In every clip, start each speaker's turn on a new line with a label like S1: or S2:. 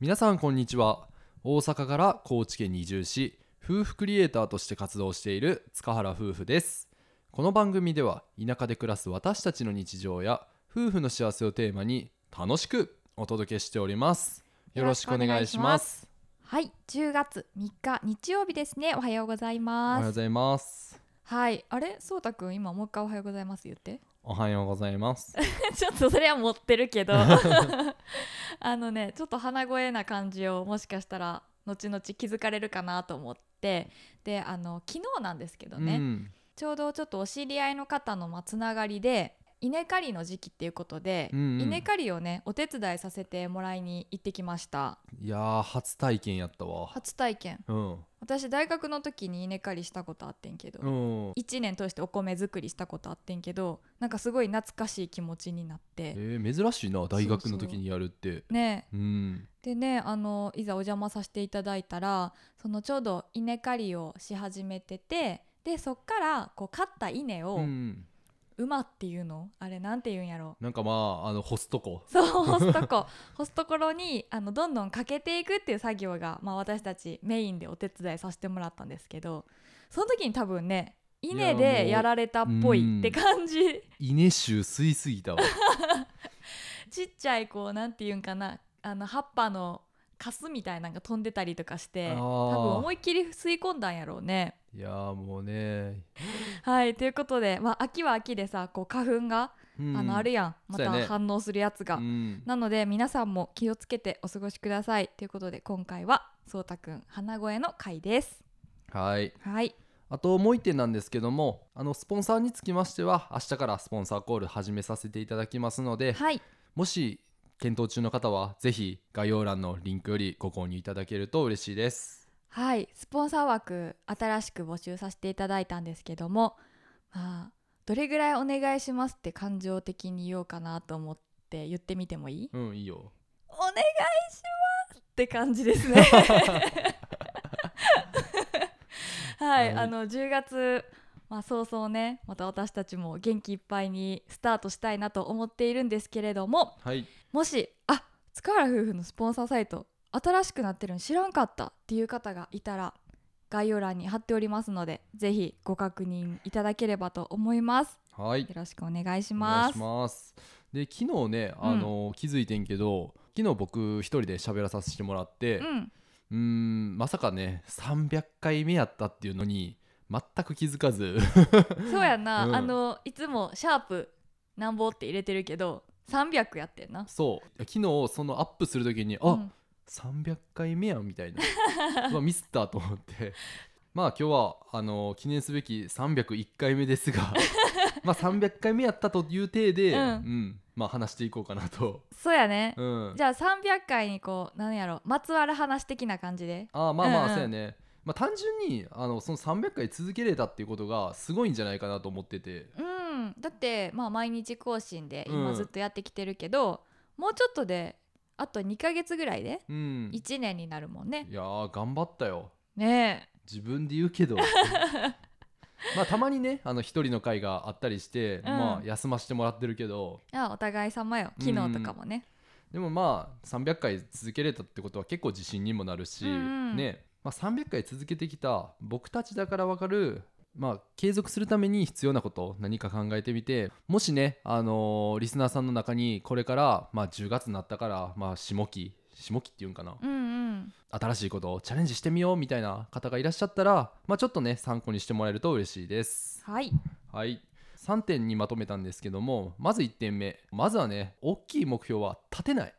S1: 皆さんこんにちは大阪から高知県に移住し夫婦クリエイターとして活動している塚原夫婦ですこの番組では田舎で暮らす私たちの日常や夫婦の幸せをテーマに楽しくお届けしておりますよろしくお願いします
S2: はい、10月3日日曜日ですね。おはようござ
S1: おはよ
S2: い
S1: う
S2: ま
S1: ご
S2: す。
S1: ざいます
S2: はい、あれ、そうたくん、今もう一回おはようございます言って。
S1: おはようございます
S2: ちょっとそれは持ってるけど、 あのね、ちょっと鼻声な感じをもしかしたら後々気づかれるかなと思って、で、あの昨日なんですけどね、
S1: うん
S2: ちょうどちょっとお知り合いの方のまあつながりで。稲刈りの時期っていうことで、
S1: うんうん
S2: 稲刈りをねお手伝いさせてもらいに行ってきました
S1: いやー初体験やったわ
S2: 初体験
S1: うん
S2: 私大学の時に稲刈りしたことあってんけど、
S1: うん
S2: 1年通してお米作りしたことあってんけどなんかすごい懐かしい気持ちになっ
S1: え
S2: て
S1: ー、珍しいな大学の時にやるって
S2: ね
S1: うん
S2: でねあのいざお邪魔させていただいたらそのちょうど稲刈りをし始めててでそっからこう刈った稲
S1: う
S2: を
S1: ん
S2: 馬っていうのあれなんて言うんやろ
S1: なんかまああのホストコ
S2: そう干す とこ干すところにあのどんどんかけていくっていう作業が、まあ、私たちメインでお手伝いさせてもらったんですけどその時に多分ね稲
S1: いやもう
S2: でやられたっぽいって感じ
S1: 稲臭吸いすぎたわ
S2: ちっちゃいこうなんていうんかなあの葉っぱのカスみたいなのが飛んでたりとかして
S1: あー
S2: 多分思いっきり吸い込んだんやろうね。
S1: いやーもうね、
S2: はいということで、まあ、秋は秋でさこう花粉が、
S1: うん
S2: あのあるやんま
S1: そうやね
S2: た反応するやつが。
S1: うん
S2: なので皆さんも気をつけてお過ごしくださいということで今回はそうたくん鼻声の回です。
S1: はい
S2: はい、
S1: あともう一点なんですけどもあのスポンサーにつきましては明日からスポンサーコール始めさせていただきますので
S2: はい、
S1: もし検討中の方はぜひ概要欄のリンクよりご購入いただけると嬉しいです
S2: はい、スポンサー枠新しく募集させていただいたんですけども、まあ、どれぐらいお願いしますって感情的に言おうかなと思って言ってみてもいい
S1: うんいいよ
S2: お願いしますって感じ ですね。はい、
S1: はい
S2: あの10月、まあ、早々ねまた私たちも元気いっぱいにスタートしたいなと思っているんですけれども
S1: はい
S2: もしあ塚原夫婦のスポンサーサイト新しくなってるの知らんかったっていう方がいたら概要欄に貼っておりますのでぜひご確認いただければと思います
S1: はい
S2: よろしくお願いし
S1: お願
S2: ま
S1: い
S2: す
S1: しますで昨日ねあの、気づいてんけど昨日僕一人で喋らさせてもらって、
S2: うん
S1: うーんまさかね300回目やったっていうのに全く気づか ず
S2: そうやな、
S1: うん
S2: あのいつも「シャープなんぼ」って入れてるけど300やってんな
S1: そう昨日そのアップする時にあ、
S2: うん
S1: 300回目やんみたい なうわミスったと思ってまあ今日はあの記念すべき301回目です がまあ300回目やったという体で、
S2: うん
S1: うんまあ話していこうかなと、
S2: そうやね、
S1: うん、
S2: じゃあ300回にこうなんやろまつわる話的な感じで
S1: ああまあまあ、
S2: うんうん
S1: そうやねまあ単純にあのその300回続けれたっていうことがすごいんじゃないかなと思ってて
S2: うんだってまあ毎日更新で
S1: う
S2: 今
S1: ん
S2: ずっとやってきてるけど、もうちょっとであと2ヶ月ぐらいで
S1: うんい
S2: 1年になるもんね
S1: やー頑張ったよ
S2: ね
S1: 自分で言うけど まあたまにねあの一人の会があったりして、
S2: ん
S1: まあ休ませてもらってるけど
S2: えあお互い様よ昨日とかもね、
S1: でもまあ300回続けれたってことは結構自信にもなるし、
S2: うんうん
S1: ね、まあ、300回続けてきた僕たちだから分かるまあ、継続するために必要なこと何か考えてみてもしね、あのーリスナーさんの中にこれから、まあ、10月になったから、まあ、下期下期っていうんかな、
S2: うん、うん
S1: 新しいことをチャレンジしてみようみたいな方がいらっしゃったら、まあ、ちょっとね参考にしてもらえると嬉しいです。
S2: はい
S1: はい3点にまとめたんですけどもまず1点目まずはね大きい目標は立てない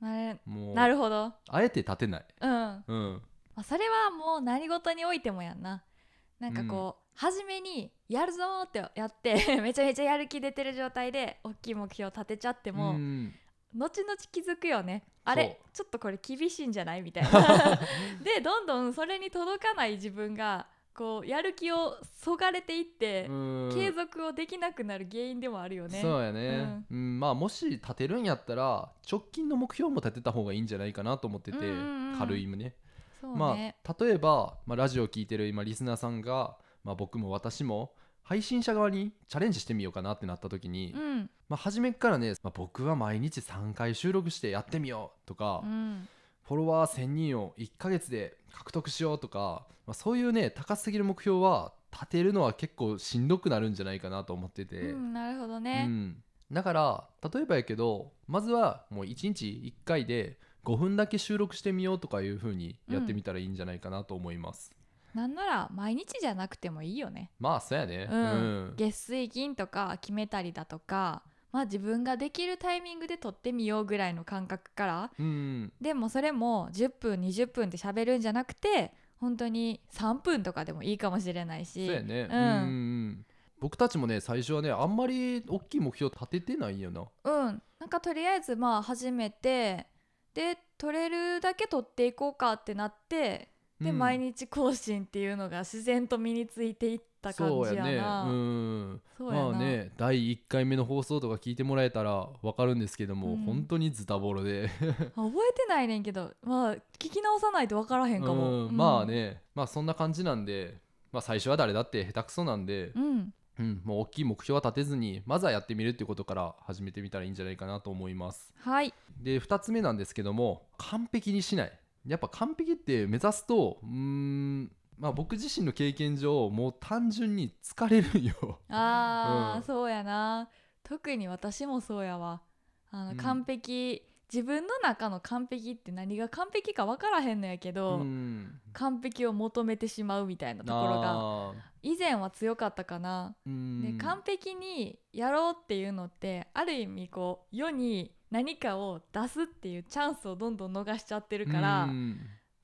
S2: なる
S1: もう
S2: なるほど
S1: あえて立てない、
S2: うん
S1: うん、
S2: まあ、それはもう何事においてもやんななんかこう、初めにやるぞーってやって めちゃめちゃやる気出てる状態で大きい目標を立てちゃっても、
S1: うん
S2: 後々気づくよねあれちょっとこれ厳しいんじゃないみたいな でどんどんそれに届かない自分がこうやる気をそがれていって、
S1: うん
S2: 継続をできなくなる原因でもあるよね
S1: そうやね、うんまあもし立てるんやったら直近の目標も立てた方がいいんじゃないかなと思ってて、
S2: うんうんうん
S1: 軽いね
S2: そう
S1: ま
S2: ね、
S1: あ例えば、まあ、ラジオ聞いてる今リスナーさんが、まあ、僕も私も配信者側にチャレンジしてみようかなってなった時に、
S2: うん
S1: まあ、初めっからね、まあ、僕は毎日3回収録してやってみようとか、
S2: うん
S1: フォロワー1000人を1ヶ月で獲得しようとか、まあ、そういうね高すぎる目標は立てるのは結構しんどくなるんじゃないかなと思ってて、
S2: うん、なるほど
S1: う
S2: ね、
S1: ん、だから例えばやけどまずはもう1日1回で5分だけ収録してみようとかいう風にやってみたらいいんじゃないかなと思います、
S2: なんなら毎日じゃなくてもいいよね
S1: まあそうやね
S2: うん、月水金とか決めたりだとかまあ自分ができるタイミングで撮ってみようぐらいの感覚から
S1: うん
S2: でもそれも10分20分って喋るんじゃなくて本当に3分とかでもいいかもしれないし
S1: そうやね
S2: う
S1: うんんうんうん僕たちもね最初はねあんまり大きい目標立ててないよな
S2: うんなんかとりあえずまあ始めてで撮れるだけ撮っていこうかってなってで、
S1: うん
S2: 毎日更新っていうのが自然と身についていった感じや
S1: そうや
S2: な
S1: ねうん
S2: そうやな
S1: まあね第1回目の放送とか聞いてもらえたら分かるんですけども、
S2: うん
S1: 本当にズタボロで
S2: あ覚えてないねんけどまあ聞き直さないと分からへんかも、
S1: うん
S2: うん
S1: まあねまあそんな感じなんで、まあ、最初は誰だって下手くそなんで
S2: う、ん
S1: うん、もう大きい目標は立てずにまずはやってみるっていうことから始めてみたらいいんじゃないかなと思います
S2: はい
S1: で2つ目なんですけども完璧にしないやっぱ完璧って目指すとうーんまあ僕自身の経験上もう単純に疲れるよ
S2: あ
S1: う
S2: ー、
S1: ん
S2: そうやな特に私もそうやわあの、
S1: うん
S2: 完璧自分の中の完璧って何が完璧か分からへんのやけ
S1: う
S2: ど、
S1: ん
S2: 完璧を求めてしまうみたいなところが
S1: あ
S2: 以前は強かったかな、
S1: ーうん
S2: で完璧にやろうっていうのってある意味こう世に何かを出すっていうチャンスをどんどん逃しちゃってるから、
S1: うん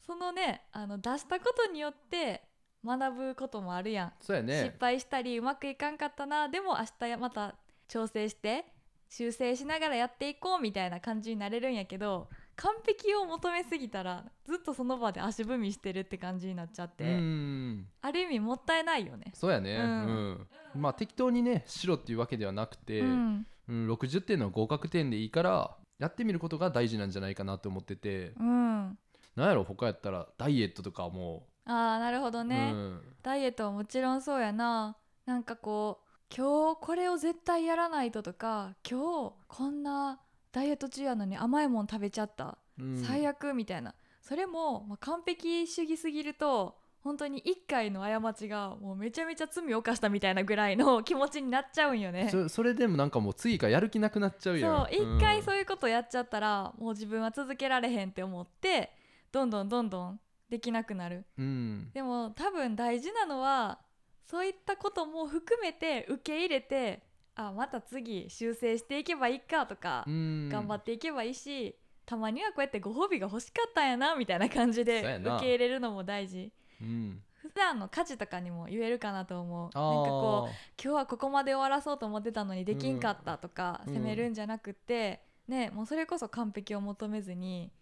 S2: そのねあの出したことによって学ぶこともあるやん
S1: そうや
S2: 失
S1: ね
S2: 敗したりうまくいかんかったなでも明日また調整して修正しながらやっていこうみたいな感じになれるんやけど完璧を求めすぎたらずっとその場で足踏みしてるって感じになっちゃって、
S1: うん
S2: ある意味もったいないよね。
S1: そうやね、
S2: う
S1: うんんまあ適当にねしろっていうわけではなくて、
S2: うん
S1: うん60点の合格点でいいからやってみることが大事なんじゃないかなと思ってて、
S2: うん、
S1: なんやろ他やったらダイエットとかも
S2: あーなるほど
S1: う、
S2: ね、
S1: うん、
S2: ダイエットはもちろんそうやななんかこう今日これを絶対やらないととか今日こんなダイエット中やのに甘いもん食べちゃった
S1: うん
S2: 最悪みたいなそれも、まあ、完璧主義すぎると本当に一回の過ちがもうめちゃめちゃ罪を犯したみたいなぐらいの 気持ちになっちゃうんよね。そう
S1: そそれでもなんかもう次がやる気なくなっちゃうやん
S2: 一回
S1: う
S2: そういうことやっちゃったら、もう自分は続けられへんって思ってどんどんどんどんできなくなる。
S1: ん、うん
S2: でも多分大事なのはそういったことも含めて受け入れてあまた次修正していけばいいかとか、
S1: うん
S2: 頑張っていけばいいし、たまにはこうやってご褒美が欲しかったんやなみたいな感じで
S1: そうやな
S2: 受け入れるのも大事
S1: うん、
S2: 普段の家事とかにも言えるかなと思う
S1: あ
S2: なん
S1: ー
S2: かこう今日はここまで終わらそうと思ってたのにできんかったとか、
S1: うん
S2: 責めるんじゃなくて、ねもうそれこそ完璧を求めずに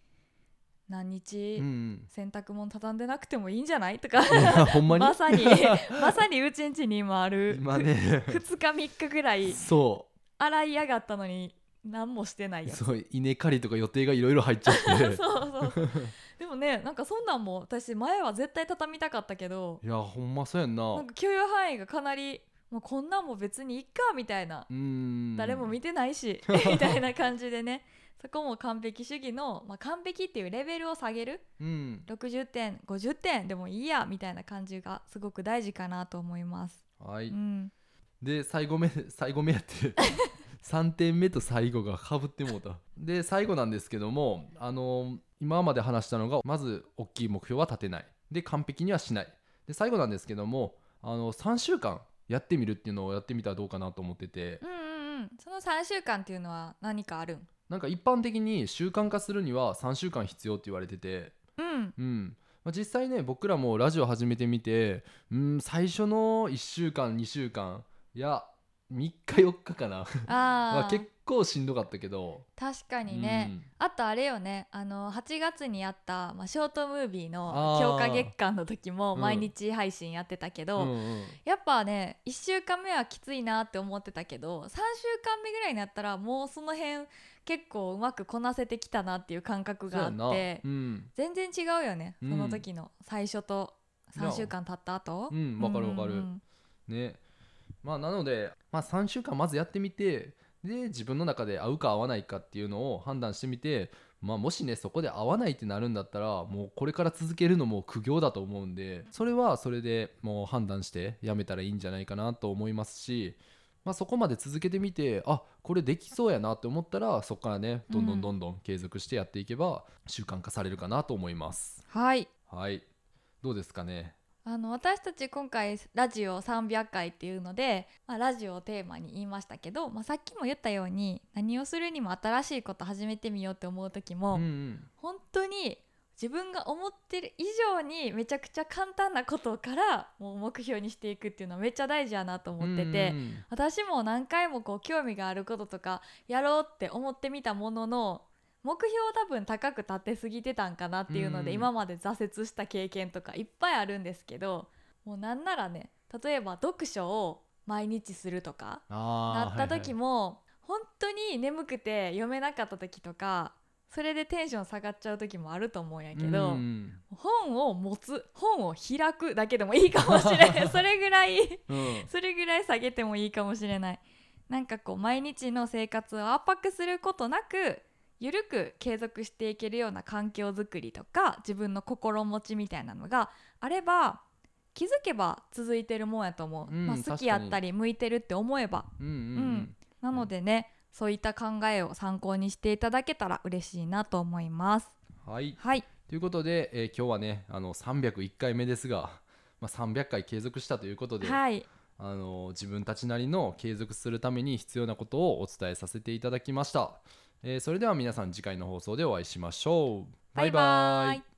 S2: 何日、
S1: うん、
S2: 洗濯物畳んでなくてもいいんじゃないとか
S1: いやほんまに
S2: まさに まさにうちんちに今ある
S1: 今ね
S2: 2日3日ぐらい
S1: そ
S2: 洗いやがったのに何もしてないうやつ
S1: そう稲刈りとか予定がいろいろ入っちゃっ
S2: そう
S1: て
S2: そうそうでもねなんかそんなんも私前は絶対畳みたかったけど
S1: いやほんまそうやんな
S2: なんか許容範囲がかなりもうこんなんも別にいっかみたいな、
S1: うん
S2: 誰も見てない しみたいな感じでねそこも完璧主義の、まあ、完璧っていうレベルを下げる
S1: うん
S2: 60点50点でもいいやみたいな感じがすごく大事かなと思います。
S1: はい、
S2: うん、
S1: で最後目 最後目やって 3点目と最後がかぶってもうたで最後なんですけどもあの今まで話したのがまず大きい目標は立てないで完璧にはしないで最後なんですけどもあの3週間やってみるっていうのをやってみたらどうかなと思ってて
S2: うんうんうんその3週間っていうのは何かあるん
S1: なんか一般的に習慣化するには3週間必要って言われてて
S2: うん
S1: うん、まあ、実際ね僕らもラジオ始めてみてうん最初の1週間2週間いや3日4日かなま
S2: あ
S1: あ、
S2: ー
S1: 結構しんどかったけど
S2: 確かにね、あとあれよねあの8月にやった、まあ、ショートムービーの
S1: あー
S2: 強化月間の時も
S1: うん
S2: 毎日配信やってたけ
S1: うん
S2: ど、
S1: うんうん
S2: やっぱね1週間目はきついなって思ってたけど3週間目ぐらいになったらもうその辺結構うまくこなせてきたなっていう感覚
S1: そう
S2: があ
S1: やな
S2: って
S1: うん
S2: 全然違うよねその時の最初と3週間経った後
S1: うんわかるわかる、
S2: うんうん
S1: ねまあなので、まあ、3週間まずやってみてで自分の中で合うか合わないかっていうのを判断してみてまあ、もしねそこで合わないってなるんだったらもうこれから続けるのも苦行だと思うんでそれはそれでもう判断してやめたらいいんじゃないかなと思いますし、まあ、そこまで続けてみてあこれできそうやなって思ったらそこからねどんどんどんどん継続してやっていけば習慣化されるかなと思います。
S2: はい
S1: はいどうですかね
S2: あの私たち今回ラジオ300回っていうので、まあ、ラジオをテーマに言いましたけど、まあ、さっきも言ったように何をするにも新しいこと始めてみようって思う時も、
S1: うんうん
S2: 本当に自分が思ってる以上にめちゃくちゃ簡単なことからもう目標にしていくっていうのはめっちゃ大事やなと思ってて、
S1: うんうん
S2: 私も何回もこう興味があることとかやろうって思ってみたものの目標を多分高く立てすぎてたんかなっていうので、
S1: うん
S2: 今まで挫折した経験とかいっぱいあるんですけどもうなんならね例えば読書を毎日するとかな
S1: あー
S2: った時も、本当に眠くて読めなかった時とかそれでテンション下がっちゃう時もあると思うんやけど、
S1: うん
S2: 本を持つ本を開くだけでもいいかもしれ ないそれぐらい
S1: うんうん
S2: それぐらい下げてもいいかもしれないなんかこう毎日の生活を圧迫することなくゆるく継続していけるような環境づくりとか自分の心持ちみたいなのがあれば気づけば続いてるもんやと思う、
S1: うん
S2: まあ、好きやったり向いてるって思えば
S1: うんうんう
S2: うんんなのでね、そういった考えを参考にしていただけたら嬉しいなと思います
S1: はい
S2: はい
S1: ということで、えー今日はねあの301回目ですが、まあ、300回継続したということで、
S2: はい
S1: あの自分たちなりの継続するために必要なことをお伝えさせていただきました、えーそれでは皆さん次回の放送でお会いしましょうバイバイ
S2: バイバイ